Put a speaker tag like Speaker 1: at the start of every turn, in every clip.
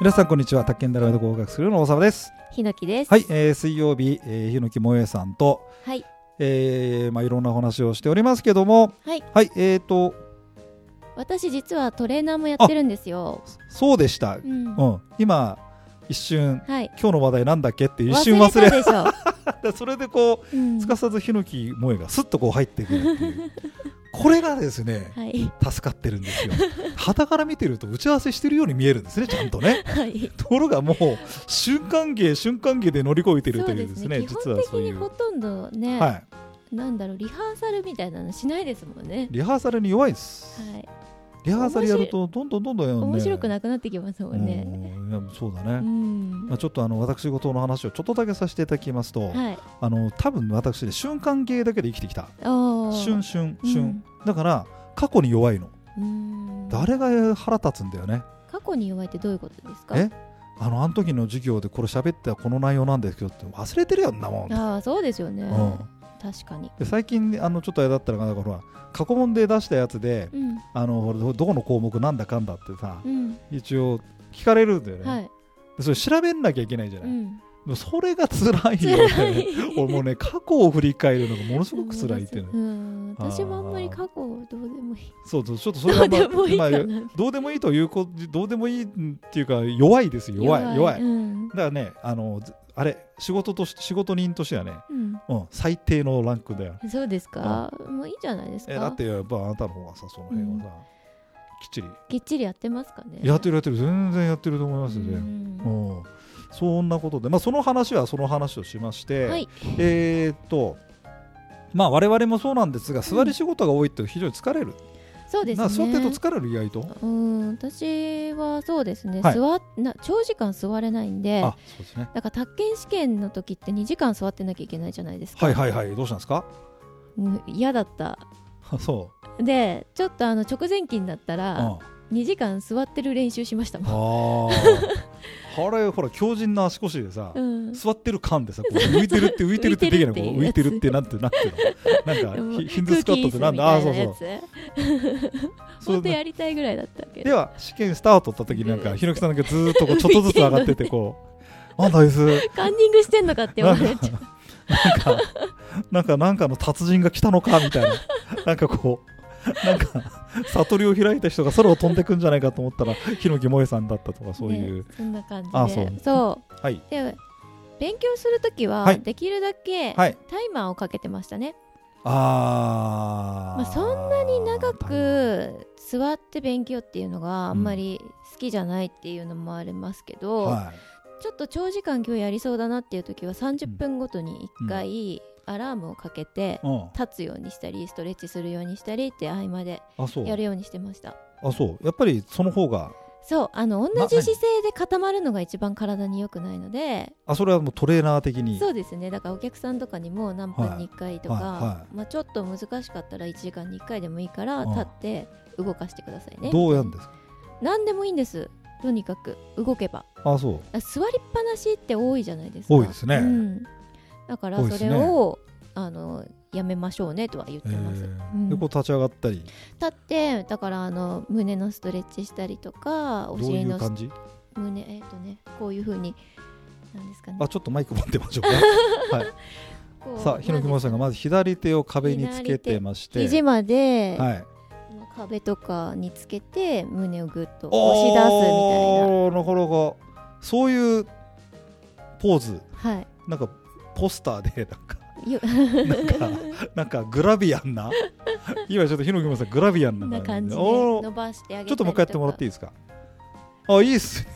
Speaker 1: 皆さんこんにちは宅建大学の合格するの大沢です
Speaker 2: ひのきです。
Speaker 1: はい、えー水曜日、えー、日木萌えさんと、
Speaker 2: はい。
Speaker 1: えーまあ、いろんなお話をしておりますけども
Speaker 2: はい
Speaker 1: はいえーと
Speaker 2: 私実はトレーナーもやってるんですよ。
Speaker 1: そうでした、
Speaker 2: う。
Speaker 1: うんん、今一瞬
Speaker 2: はい。
Speaker 1: 今日の話題なんだっけって一瞬忘れ
Speaker 2: たで しょ。
Speaker 1: たそれでこ
Speaker 2: う
Speaker 1: うんすかさずヒノキ萌えがすっとこう入ってくるっていうこれがですね
Speaker 2: はい。
Speaker 1: 助かってるんですよ旗から見てると打ち合わせしてるように見えるんですねちゃんとね
Speaker 2: はい。
Speaker 1: ところがもう瞬間芸瞬間芸で乗り越えてるというですね
Speaker 2: 基
Speaker 1: 実
Speaker 2: 本
Speaker 1: は
Speaker 2: 的
Speaker 1: そうい
Speaker 2: に
Speaker 1: う
Speaker 2: ほとんどね、
Speaker 1: はい
Speaker 2: なんだろうリハーサルみたいなのしないですもんね。
Speaker 1: リハーサルに弱いです、
Speaker 2: はい。
Speaker 1: リハーサルやるとどんどんどんどん、ね、
Speaker 2: 面白くな
Speaker 1: く
Speaker 2: くなってきますもんね。
Speaker 1: そうだ
Speaker 2: う
Speaker 1: ね、
Speaker 2: ん
Speaker 1: ま。あ、ちょっとあの私事の話をちょっとだけさせていただきますと、
Speaker 2: はい。
Speaker 1: あの多分私で瞬間芸だけで生きてきた
Speaker 2: おお。
Speaker 1: 瞬瞬
Speaker 2: うん
Speaker 1: 瞬、だから過去に弱いの
Speaker 2: うん。
Speaker 1: 誰が腹立つんだよね
Speaker 2: 過去に弱いってどういうことですか。
Speaker 1: えあのあの時の授業でこれ喋ったこの内容なんですけどって忘れてるよんなもん、
Speaker 2: ああそうですよね。
Speaker 1: うん
Speaker 2: 確かに。
Speaker 1: で最近あのちょっとあれだったのがなんかほら過去問で出したやつで
Speaker 2: うん
Speaker 1: あのほらどどこの項目なんだかんだってさ
Speaker 2: うん。
Speaker 1: 一応聞かれるんだよね、
Speaker 2: はい。
Speaker 1: でそれ調べなきゃいけないじゃな
Speaker 2: う
Speaker 1: い、
Speaker 2: ん。
Speaker 1: でもそれが辛いよね
Speaker 2: 辛い
Speaker 1: 俺もうね過去を振り返るのがものすごく辛いっていうの
Speaker 2: うん私もあんまり
Speaker 1: あー
Speaker 2: 過去どうでもいい。
Speaker 1: そうそうちょっとそれは
Speaker 2: どうでもいい
Speaker 1: ま
Speaker 2: か
Speaker 1: あまあ
Speaker 2: な。
Speaker 1: どうでもいいというこどうでもいいっていうか弱いですよ弱い弱い
Speaker 2: うん
Speaker 1: だからねあのずあれ仕事とし仕事人としてはね、
Speaker 2: うん
Speaker 1: うん、最低のランクだよ
Speaker 2: そうですか。もういいじゃないです
Speaker 1: えだ
Speaker 2: か
Speaker 1: っ。てやっぱあなたの方がさその辺はさ、きっちり
Speaker 2: きっちりやってますかね。
Speaker 1: やってるやってる全然やってると思いますよ
Speaker 2: う
Speaker 1: ね、
Speaker 2: ん
Speaker 1: うんそんなことで、まあ、その話はその話をしまして、
Speaker 2: はい。
Speaker 1: えーっとまあ我々もそうなんですが座り仕事が多いって非常に疲れる、
Speaker 2: そうです
Speaker 1: な
Speaker 2: ね。
Speaker 1: 座ってると疲れる意外と、
Speaker 2: うん、私はそうですね。
Speaker 1: はい
Speaker 2: 座っな長時間座れないんで、
Speaker 1: あそうですね
Speaker 2: だから宅建試験の時って2時間座ってなきゃいけないじゃないですか。
Speaker 1: はいはいはいどうしたんですか
Speaker 2: うん嫌だった。
Speaker 1: そ
Speaker 2: で、ちょっとあの直前期になった
Speaker 1: う、
Speaker 2: ら
Speaker 1: あ
Speaker 2: 2時間座ってる練習しました
Speaker 1: あ
Speaker 2: もん。
Speaker 1: ーあれほら強靭な足腰でさ、
Speaker 2: うん。
Speaker 1: 座ってる感でさこう浮いてるっ て浮いてるってできないこう浮
Speaker 2: 浮
Speaker 1: いて
Speaker 2: いて
Speaker 1: る
Speaker 2: る
Speaker 1: っ
Speaker 2: ってて
Speaker 1: なんてなんていうの
Speaker 2: で
Speaker 1: なん
Speaker 2: も
Speaker 1: かヒヒンドゥースクワットってなんだあーそう
Speaker 2: 空気椅子みたいなやつ
Speaker 1: そうそ
Speaker 2: 本
Speaker 1: う
Speaker 2: 当やりたいぐらいだったけど
Speaker 1: では試験スタートった時になんかひろきさんだけずーっとこうちょっとずつ上がっててこうあナイス
Speaker 2: カンニングしてんのかって思われちゃう。
Speaker 1: なんか、なんか、なんかの達人が来たのかみたいな、なんかこう、なんか、悟りを開いた人が空を飛んでくんじゃないかと思ったら、ヒノキ萌えさんだったとか、そういう、
Speaker 2: ねそんな感じで
Speaker 1: あそう
Speaker 2: そう
Speaker 1: はい、
Speaker 2: で勉強するときは
Speaker 1: はい
Speaker 2: できるだけ
Speaker 1: は
Speaker 2: タ
Speaker 1: い、
Speaker 2: イマーをかけてましたね、
Speaker 1: あー、
Speaker 2: まあ、そんなに
Speaker 1: 大
Speaker 2: 長く座って勉強っていうのがあんまり好きじゃないっていうのもありますけ
Speaker 1: 変、
Speaker 2: ど、
Speaker 1: はい、
Speaker 2: ちょっと長時間今日やりそうだなっていう時は30分ごとに1回アラームをかけて
Speaker 1: う
Speaker 2: 立つようにしたりストレッチするようにしたりって合間で
Speaker 1: ん、あ、そう、
Speaker 2: やるようにしてました
Speaker 1: あ、そう、やっぱりその方が、
Speaker 2: そうあの
Speaker 1: な
Speaker 2: 同じ姿勢で固まるのが一番体に良くないので
Speaker 1: あ、それはもうトレーナー的に、
Speaker 2: そうですねだからお客さんとかにも何分に1回とか、
Speaker 1: はいは
Speaker 2: まあ、ちょっと難しかったら1時間に1回でもいいから
Speaker 1: うん
Speaker 2: 立って動かしてくださいね
Speaker 1: どうやるんですか、
Speaker 2: 何でもいいんですとにかく動けば
Speaker 1: あ、そう、
Speaker 2: あ座りっぱなしって多いじゃないですか
Speaker 1: 多いですね
Speaker 2: うんだから
Speaker 1: 多いで
Speaker 2: そ
Speaker 1: すね
Speaker 2: れを、あのやめましょうねとは言って
Speaker 1: え
Speaker 2: ます、
Speaker 1: ー
Speaker 2: うん
Speaker 1: でこう立ち上がったり、
Speaker 2: 立ってだからあの胸のストレッチしたりとか
Speaker 1: ど
Speaker 2: お
Speaker 1: うい
Speaker 2: 尻
Speaker 1: う
Speaker 2: の
Speaker 1: 感じ、
Speaker 2: 胸えっ、とねこういうふうになんですかね
Speaker 1: あ、ちょっとマイク持ってみましょうか。
Speaker 2: こう
Speaker 1: さあ、ひのきもえさんがまず左手を壁につけてまして、
Speaker 2: 肘まで、
Speaker 1: はい、
Speaker 2: 壁とかにつけて胸をぐっと押し出すみ
Speaker 1: おーなかなかそういうポーズ
Speaker 2: たいなは
Speaker 1: なんかポスターで なんか
Speaker 2: いよ
Speaker 1: なんかなんかグラビア ンな今ちょっとひのきもさんグラビアン
Speaker 2: こん
Speaker 1: な
Speaker 2: な
Speaker 1: 感
Speaker 2: 感
Speaker 1: じ
Speaker 2: じ
Speaker 1: で
Speaker 2: で
Speaker 1: おー
Speaker 2: 伸ばしてあげたり
Speaker 1: ちょっともう一回やってもらって
Speaker 2: い
Speaker 1: い
Speaker 2: い
Speaker 1: いですかあいいっす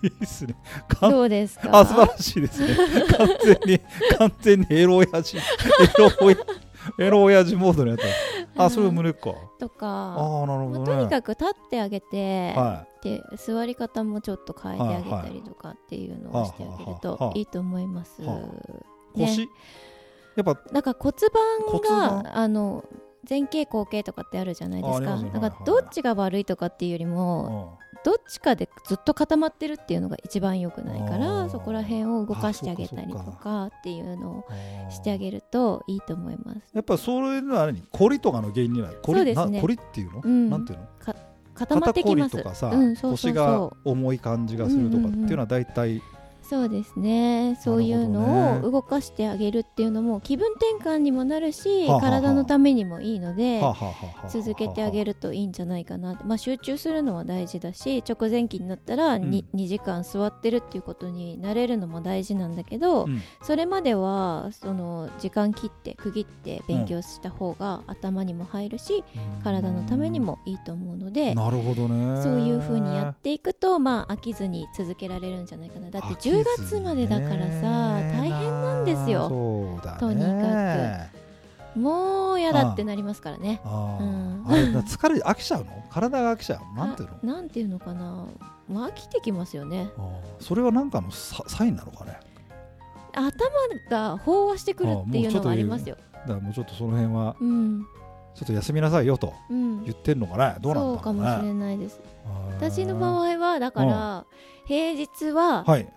Speaker 1: いいっすねかん
Speaker 2: どうですか
Speaker 1: あ素晴らしいですね完全に完全にエロ親父エロ親エロ親父モードのやつだあそれを胸か
Speaker 2: と
Speaker 1: あ
Speaker 2: か
Speaker 1: あーなる
Speaker 2: も
Speaker 1: ほど
Speaker 2: うと
Speaker 1: ね
Speaker 2: にかく立ってあげて、
Speaker 1: は
Speaker 2: で座り方もちょっと変えてあげたりとかっていうのをしてあげる
Speaker 1: はいはい
Speaker 2: といいと思います。
Speaker 1: はあはい
Speaker 2: ね
Speaker 1: 腰、やっぱ
Speaker 2: なんか骨
Speaker 1: 骨
Speaker 2: 盤が
Speaker 1: 盤
Speaker 2: あの前傾後傾とかってあるじゃないで
Speaker 1: ああ
Speaker 2: す
Speaker 1: り
Speaker 2: か
Speaker 1: ますね
Speaker 2: なんか
Speaker 1: はいはい
Speaker 2: どっちが悪いとかっていうよりも
Speaker 1: うん
Speaker 2: どっちかでずっと固まってるっていうのが一番良くないか
Speaker 1: あー
Speaker 2: らそこら辺を動かしてあげたり
Speaker 1: あ
Speaker 2: と
Speaker 1: そうかそう
Speaker 2: かっていうのをしてあ
Speaker 1: る
Speaker 2: げるといいと思います
Speaker 1: やっぱそういうのは何凝りとかの原因になる凝り
Speaker 2: そうですね
Speaker 1: な凝りっていうの、
Speaker 2: うん
Speaker 1: なんていうの
Speaker 2: 固ま
Speaker 1: 肩
Speaker 2: って
Speaker 1: こ
Speaker 2: きま
Speaker 1: り
Speaker 2: す
Speaker 1: とかさ、
Speaker 2: うんそうそ
Speaker 1: 腰
Speaker 2: うそう
Speaker 1: が重い感じがするとかっていうのは大体
Speaker 2: そうですねそうい
Speaker 1: なる
Speaker 2: うの
Speaker 1: ほ
Speaker 2: を動かしてあげるっていうのも気分転換にもなるし、
Speaker 1: はあはあ
Speaker 2: 体のためにもいいので、
Speaker 1: はあはあはあはあ
Speaker 2: 続けてあげ
Speaker 1: る
Speaker 2: るといいんじゃないかなって、まあ、集中するのは大事だし直前期になったら 2,、に
Speaker 1: う
Speaker 2: 2時間座ってるっていうことになれるのも大事なんだけど、
Speaker 1: うん
Speaker 2: それまではその時間切って区切って勉強した方が頭にも入るし、体のためにもいいと思うので。
Speaker 1: なるほどね
Speaker 2: そういう風にやっていくと、まあ、飽きずに続けられるんじゃないかなだって
Speaker 1: 飽きずにね
Speaker 2: 10月までだからさ大変なんですよ
Speaker 1: そうだね
Speaker 2: とにかもうやだってなりますからね
Speaker 1: あ,、
Speaker 2: うん
Speaker 1: あれだ疲れ飽きちゃうの体が飽きちゃうなんていうの
Speaker 2: あなんていうのかな、まあ、飽きてきますよね
Speaker 1: あーそれはなんかのササインなのかね
Speaker 2: 頭が飽和してくるっていうのはありますよ
Speaker 1: だからもうちょっとその辺は
Speaker 2: うん
Speaker 1: ちょっと休みなさいよと
Speaker 2: うん
Speaker 1: 言ってんのかねどうなん
Speaker 2: そ
Speaker 1: だ
Speaker 2: う
Speaker 1: ろ
Speaker 2: か
Speaker 1: うね
Speaker 2: もしれないです
Speaker 1: あー
Speaker 2: 私の場合はだから平日は
Speaker 1: はい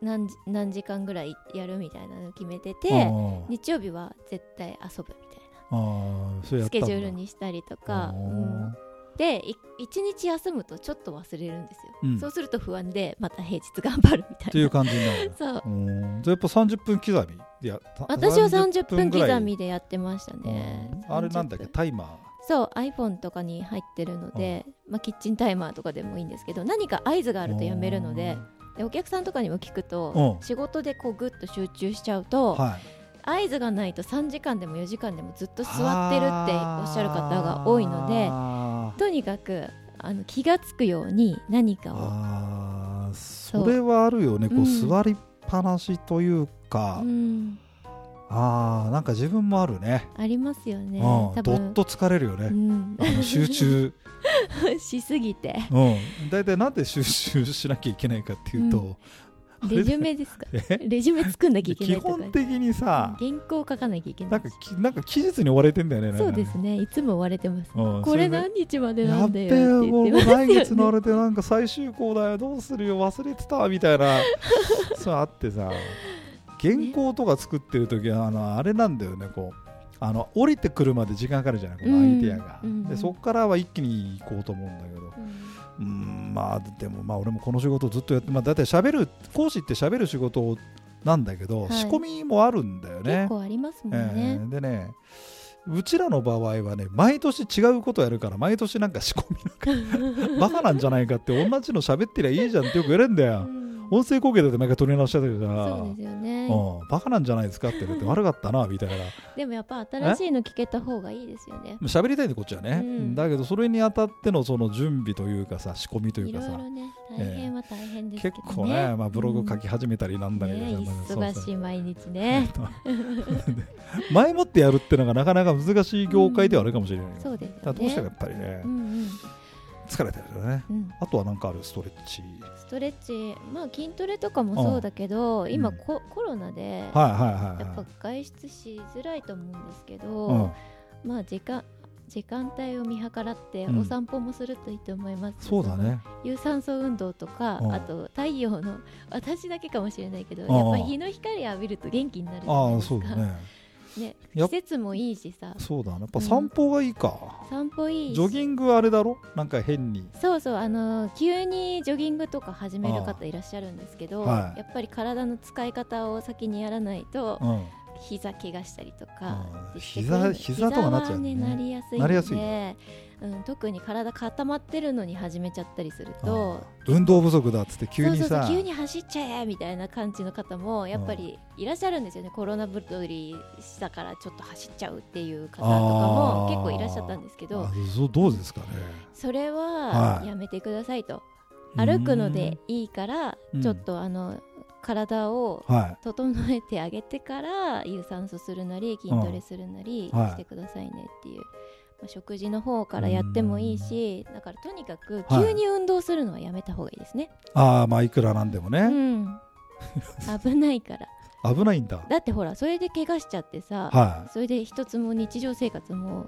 Speaker 2: 何時何時間ぐらいやるみたいなのを決めて
Speaker 1: あ
Speaker 2: て
Speaker 1: ー
Speaker 2: 日曜日は絶対遊ぶみたい
Speaker 1: あーそれ
Speaker 2: な
Speaker 1: や
Speaker 2: ス
Speaker 1: った
Speaker 2: ケ
Speaker 1: んだ
Speaker 2: ジュールにしたりとか、
Speaker 1: あー
Speaker 2: うんでい一日休むとちょっと忘れるんですよ、
Speaker 1: うん
Speaker 2: そうすると不安でまた平日頑張るみた
Speaker 1: って
Speaker 2: い
Speaker 1: い
Speaker 2: な
Speaker 1: う感じになる
Speaker 2: そう
Speaker 1: うんじゃあやっぱ30分刻みでやた
Speaker 2: 私は30分
Speaker 1: ぐらい
Speaker 2: 刻みでやってましたね
Speaker 1: うんあれなんだっけ
Speaker 2: 30分
Speaker 1: タイマ
Speaker 2: そう iPhone とかに入ってるので、まあ、キッチンタイマーとかでもいいんですけど何か合図が
Speaker 1: ー
Speaker 2: あるとやめるのででお客さんとかにも聞くと
Speaker 1: うん
Speaker 2: 仕事でこうグッと集中しちゃう
Speaker 1: うん
Speaker 2: と
Speaker 1: はい
Speaker 2: 合図がないと3時間でも4時間でもずっと座ってるっておっしゃる方が多いので
Speaker 1: あー
Speaker 2: とにかくあの気がつくように何かを。
Speaker 1: あー
Speaker 2: う
Speaker 1: それはあるよねこう、
Speaker 2: うん
Speaker 1: 座りっぱなしというか、
Speaker 2: うん、
Speaker 1: あーなんか自分もあるね
Speaker 2: ありますよね、
Speaker 1: う
Speaker 2: 多
Speaker 1: ん、どっ
Speaker 2: 分、
Speaker 1: と疲れるよ
Speaker 2: う
Speaker 1: ね、
Speaker 2: ん、
Speaker 1: あの集中
Speaker 2: しすぎて、
Speaker 1: うん大体なんで集中しなきゃいけないかっていうと、あれ
Speaker 2: レジュメですか、
Speaker 1: え
Speaker 2: レジュメ作んなきゃいけな
Speaker 1: 基
Speaker 2: いとか、
Speaker 1: 本的にさ
Speaker 2: 原稿を書かなきゃいけな
Speaker 1: なん
Speaker 2: い
Speaker 1: かきなんか期日に追われてんだよねなんか
Speaker 2: そうですねいつも追われてます、
Speaker 1: うん
Speaker 2: これ
Speaker 1: そ
Speaker 2: 何日まで
Speaker 1: で
Speaker 2: な
Speaker 1: や
Speaker 2: ん
Speaker 1: っ
Speaker 2: だ
Speaker 1: べ
Speaker 2: よ
Speaker 1: え
Speaker 2: って言って
Speaker 1: も
Speaker 2: ま
Speaker 1: う
Speaker 2: すよ、ね、
Speaker 1: 来月のあれでなんか最終稿だよどうするよ忘れてたみたい なそうあってさ原稿とか作ってる時はあのあれなんだよねこうあの降りてくるまで時間かかるじゃないこのアイデアが、
Speaker 2: うんうん
Speaker 1: でそこからは一気に行こうと思うんだけどうーんまあでもまあ俺もこの仕事ずっとやってまあ大体喋る講師って喋る仕事なんだけど、
Speaker 2: はい
Speaker 1: 仕込みもあるんだよ
Speaker 2: 結
Speaker 1: ね。
Speaker 2: 構ありますもん
Speaker 1: え
Speaker 2: ね、
Speaker 1: ーでねうちらの場合はね毎年違うことやるから毎年なんか仕込み なんかバカなんじゃないかって同じの喋ってりゃいいじゃんってよく言われるんだよ
Speaker 2: うん
Speaker 1: 音声工芸だって毎回取り直しちゃったけどさ
Speaker 2: そうですよね、
Speaker 1: うん、バカなんじゃないですかって言われて悪かったなみたいな
Speaker 2: でもやっぱ新しいの聞けた方がいいですよね
Speaker 1: 喋りたいんでこっちはね、
Speaker 2: うん
Speaker 1: だけどそれにあたってのその準備というかさ仕込みとい
Speaker 2: いう
Speaker 1: か
Speaker 2: ろい
Speaker 1: さ
Speaker 2: ろね大変は大変ですけ
Speaker 1: 結
Speaker 2: ど
Speaker 1: 構
Speaker 2: ね、
Speaker 1: ね、まあ、ブログ書
Speaker 2: き、
Speaker 1: き始めたりなんだり
Speaker 2: ね忙しい毎日ね
Speaker 1: 前もってやるってのがなかなか難しい業界ではあるかもしれない、
Speaker 2: そうです
Speaker 1: だ
Speaker 2: よ
Speaker 1: からどうしても
Speaker 2: ね
Speaker 1: やっぱりね
Speaker 2: うんうん
Speaker 1: 疲れてるよね
Speaker 2: うん、
Speaker 1: あとはなんかあるストレッチ
Speaker 2: ストレッチ、まあ、筋トレとかもそうだけど、
Speaker 1: ん
Speaker 2: 今ココロナでや
Speaker 1: はいはいはい
Speaker 2: っ
Speaker 1: はい
Speaker 2: ぱ外出しづらいと思うんですけど、
Speaker 1: うん、
Speaker 2: まあ時間時間帯を見計らって
Speaker 1: うん
Speaker 2: お散歩もするといいと思います、
Speaker 1: そうだね
Speaker 2: 有酸素運動とか、
Speaker 1: うん
Speaker 2: あと太陽の私だけかもしれないけど、
Speaker 1: うん
Speaker 2: やっぱり日の光浴びると元気になるじゃない
Speaker 1: ああ
Speaker 2: です
Speaker 1: そう
Speaker 2: か
Speaker 1: だね
Speaker 2: ね
Speaker 1: や
Speaker 2: 季
Speaker 1: っ
Speaker 2: 節もいいしさ
Speaker 1: そうだねやっぱ散歩がいいか、
Speaker 2: 散歩いいし
Speaker 1: ジョギングはあれだろなんか変に
Speaker 2: そうそうあの急にジョギングとか始める方いらっしゃるんですけど、
Speaker 1: はい
Speaker 2: やっぱり体の使い方を先にやらないと
Speaker 1: うん
Speaker 2: 膝怪我したりとか
Speaker 1: あー
Speaker 2: してくるんで
Speaker 1: 膝膝とかなっちゃうね
Speaker 2: 膝はなりやすい
Speaker 1: な
Speaker 2: の
Speaker 1: りやすい
Speaker 2: で、うん、特に体固まってるのに始めちゃったりすると
Speaker 1: うん運動不足だっつって急に
Speaker 2: そうそう
Speaker 1: さ
Speaker 2: そう急に走っちゃえみたいな感じの方もやっぱりいらっしゃるんですよね、コロナ太りしたからちょっと走っちゃうっていう方とかも
Speaker 1: あー
Speaker 2: 結構いらっしゃったんですけど
Speaker 1: あそうどうですかね
Speaker 2: それ
Speaker 1: は
Speaker 2: はいやめてくださいと、歩くのでいいから
Speaker 1: うん
Speaker 2: ちょっとあの体を
Speaker 1: うんはい
Speaker 2: 整えてあげてから有酸素するなり筋トレするなり
Speaker 1: はい
Speaker 2: してくださいねっていう、まあ、食事の方からやってもいいしだからとにかく
Speaker 1: はい
Speaker 2: 急に運動するのはやめた方がいいですね、
Speaker 1: ああまあいくらなんでも
Speaker 2: う
Speaker 1: ね、
Speaker 2: ん危ないから
Speaker 1: 危ないんだ
Speaker 2: だってほらそれで怪我しちゃってさ
Speaker 1: は
Speaker 2: それで一つも日常生活も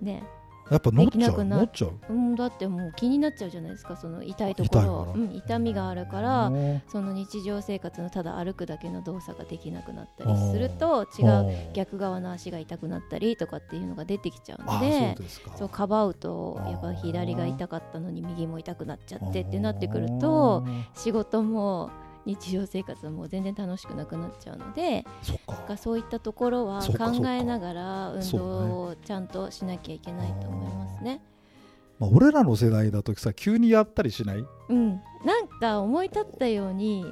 Speaker 2: ね
Speaker 1: いやっぱ乗っ
Speaker 2: でき
Speaker 1: ちゃ
Speaker 2: な
Speaker 1: う
Speaker 2: くな
Speaker 1: 乗っちゃう
Speaker 2: うん、だってもう気になっちゃうじゃないですかその痛いところ
Speaker 1: 痛いから
Speaker 2: うん、痛みがあるから
Speaker 1: うん
Speaker 2: その日常生活のただ歩くだけの動作ができなくなったりすると違う
Speaker 1: うん
Speaker 2: 逆側の足が痛くなったりとかっていうのが出てきちゃう
Speaker 1: あ
Speaker 2: の
Speaker 1: ー
Speaker 2: で
Speaker 1: そうですか
Speaker 2: そうかばうと
Speaker 1: あー
Speaker 2: やっぱ左が痛かったのに右も痛くなっちゃってってなってくると
Speaker 1: あー
Speaker 2: 仕事も日常生活も全然楽しくなくなっちゃうので
Speaker 1: そっ
Speaker 2: なん
Speaker 1: か
Speaker 2: かそういったところは
Speaker 1: そうかそう
Speaker 2: 考
Speaker 1: か
Speaker 2: えながら運
Speaker 1: そうね
Speaker 2: 動をちゃんとしなきゃいけないと思いますね。
Speaker 1: まあ、俺らの世代だとさ急にやったりしない
Speaker 2: うん、なんか思い立ったように、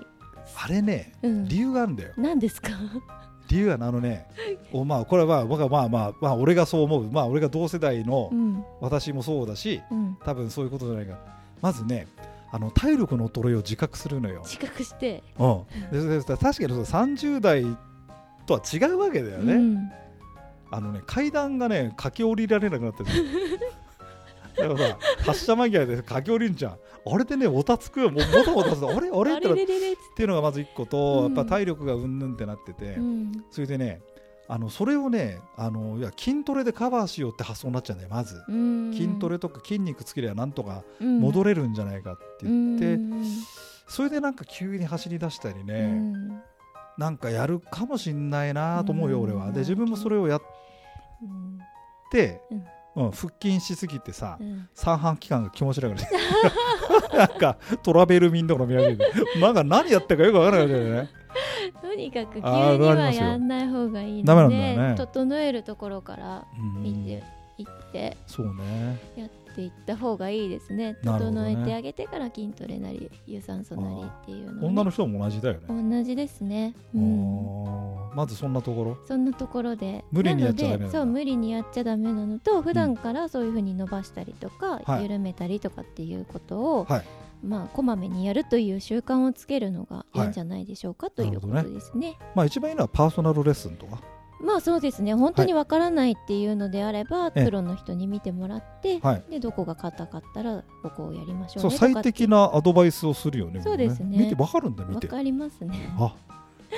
Speaker 1: あれね
Speaker 2: うん、
Speaker 1: 理由があるんだよ
Speaker 2: なんですか
Speaker 1: 理由はあのねおまあこれはまあまあまあ、まあ、俺がそう思うまあ俺が同世代の
Speaker 2: うん
Speaker 1: 私もそうだし
Speaker 2: うん
Speaker 1: 多分そういうことじゃないかまずねあの体力の衰えを自覚するのよ、
Speaker 2: 自覚して、
Speaker 1: うん、ででで確かにそう30代とは違うわけだよね、
Speaker 2: うん
Speaker 1: あのね階段がね駆け下りられなくなってる だからさ発車間際で駆け下りんじゃんあれでねおたつくよもうもたもたするあれあれ
Speaker 2: あ
Speaker 1: って
Speaker 2: れ
Speaker 1: なっ
Speaker 2: れれれっつ
Speaker 1: っていうのがまず一個と、
Speaker 2: うん
Speaker 1: やっぱ体力がうんぬんってなってて、
Speaker 2: って、うん、
Speaker 1: それでねあのそれをねあのいや筋トレでカバーしようって発想になっちゃうんだよまず、
Speaker 2: うん
Speaker 1: 筋トレとか筋肉つけりゃなんとか
Speaker 2: うん
Speaker 1: 戻れるんじゃないかって言って、
Speaker 2: うん
Speaker 1: それでなんか急に走り出したりね、
Speaker 2: うん
Speaker 1: なんかやるかもしんないなと思うよ、
Speaker 2: うん
Speaker 1: 俺はで自分もそれをやっ
Speaker 2: うん
Speaker 1: て、
Speaker 2: うん
Speaker 1: うん腹筋しすぎてさ、
Speaker 2: うん
Speaker 1: 三半規管が気持ち悪くなって なんかトラベルミンとかの見上げてなんか何やってるかよくわからないよね
Speaker 2: とにかく急に
Speaker 1: あーわかりま
Speaker 2: は
Speaker 1: すよ
Speaker 2: やんない方がいい
Speaker 1: ダメな
Speaker 2: の
Speaker 1: ん
Speaker 2: で、
Speaker 1: だよね
Speaker 2: 整えるところから
Speaker 1: うん
Speaker 2: 見て いって
Speaker 1: そうね
Speaker 2: やっていった方がいいですね
Speaker 1: なるほど
Speaker 2: 整
Speaker 1: ね
Speaker 2: えてあげてから筋トレなり有酸素なりっていうの、ね、
Speaker 1: 女の人も同じだよね、
Speaker 2: 同じですね、うん、
Speaker 1: あーまずそんなところ
Speaker 2: そんなところで
Speaker 1: 無理にやっちゃダメなんだ
Speaker 2: なのでそう無理にやっちゃダメなのと普段からそういうふうに伸ばしたりとか、
Speaker 1: はい
Speaker 2: 緩めたりとかっていうことを、
Speaker 1: はい
Speaker 2: まあこまめにやるという習慣をつけるのがいいんじゃないでしょうか、とい
Speaker 1: なる
Speaker 2: う
Speaker 1: ほ
Speaker 2: こ
Speaker 1: どね
Speaker 2: とですね。
Speaker 1: まあ一番いいのはパーソナルレッスンとか
Speaker 2: まあそうですね本当にわからないっていうのであれば、
Speaker 1: ええ
Speaker 2: プロの人に見てもらって、
Speaker 1: はい
Speaker 2: でどこが硬かったらここをやりましょう
Speaker 1: そう
Speaker 2: ねとかって
Speaker 1: 最適なアドバイスをするよね
Speaker 2: そうですね
Speaker 1: みんな見てわかるんだよ見
Speaker 2: わ
Speaker 1: て
Speaker 2: かりますね
Speaker 1: あ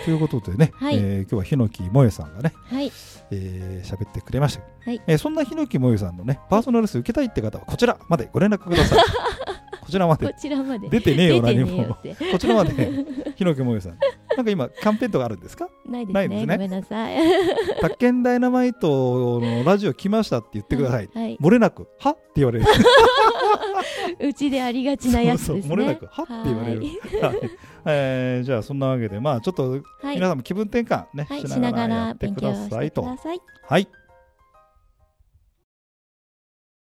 Speaker 1: ということでね、
Speaker 2: はい
Speaker 1: えー今日はヒノキ萌えさんがね
Speaker 2: はい
Speaker 1: えー喋ってくれました、
Speaker 2: はい
Speaker 1: えーそんなヒノキ萌えさんのねパーソナルレッスン受けたいって方はこちらまでご連絡くだ さいこちらま
Speaker 2: こ
Speaker 1: で
Speaker 2: ちらまで
Speaker 1: 出てねえよ
Speaker 2: 出
Speaker 1: 何
Speaker 2: てねえよ
Speaker 1: も
Speaker 2: って
Speaker 1: こちらまでヒノキ萌えさんなんか今キャンペーンとかあるん ですか
Speaker 2: ないです
Speaker 1: な
Speaker 2: ね
Speaker 1: いですね
Speaker 2: ごめんなさい
Speaker 1: 宅建ダイナマイトのラジオ来ましたって言ってください、
Speaker 2: はい
Speaker 1: 漏れなくはって言われる
Speaker 2: うちでありがちなやつですね
Speaker 1: そうそう漏れなくはって言われるはいえーじゃあそんなわけでまあちょっと
Speaker 2: はい、
Speaker 1: 皆さんも気分転換ね、
Speaker 2: はい、
Speaker 1: し
Speaker 2: し
Speaker 1: な
Speaker 2: な
Speaker 1: が
Speaker 2: が
Speaker 1: らや
Speaker 2: ら
Speaker 1: って
Speaker 2: 勉
Speaker 1: く
Speaker 2: 強
Speaker 1: だ
Speaker 2: し
Speaker 1: さ
Speaker 2: て
Speaker 1: い
Speaker 2: く
Speaker 1: と。
Speaker 2: ださい。
Speaker 1: はい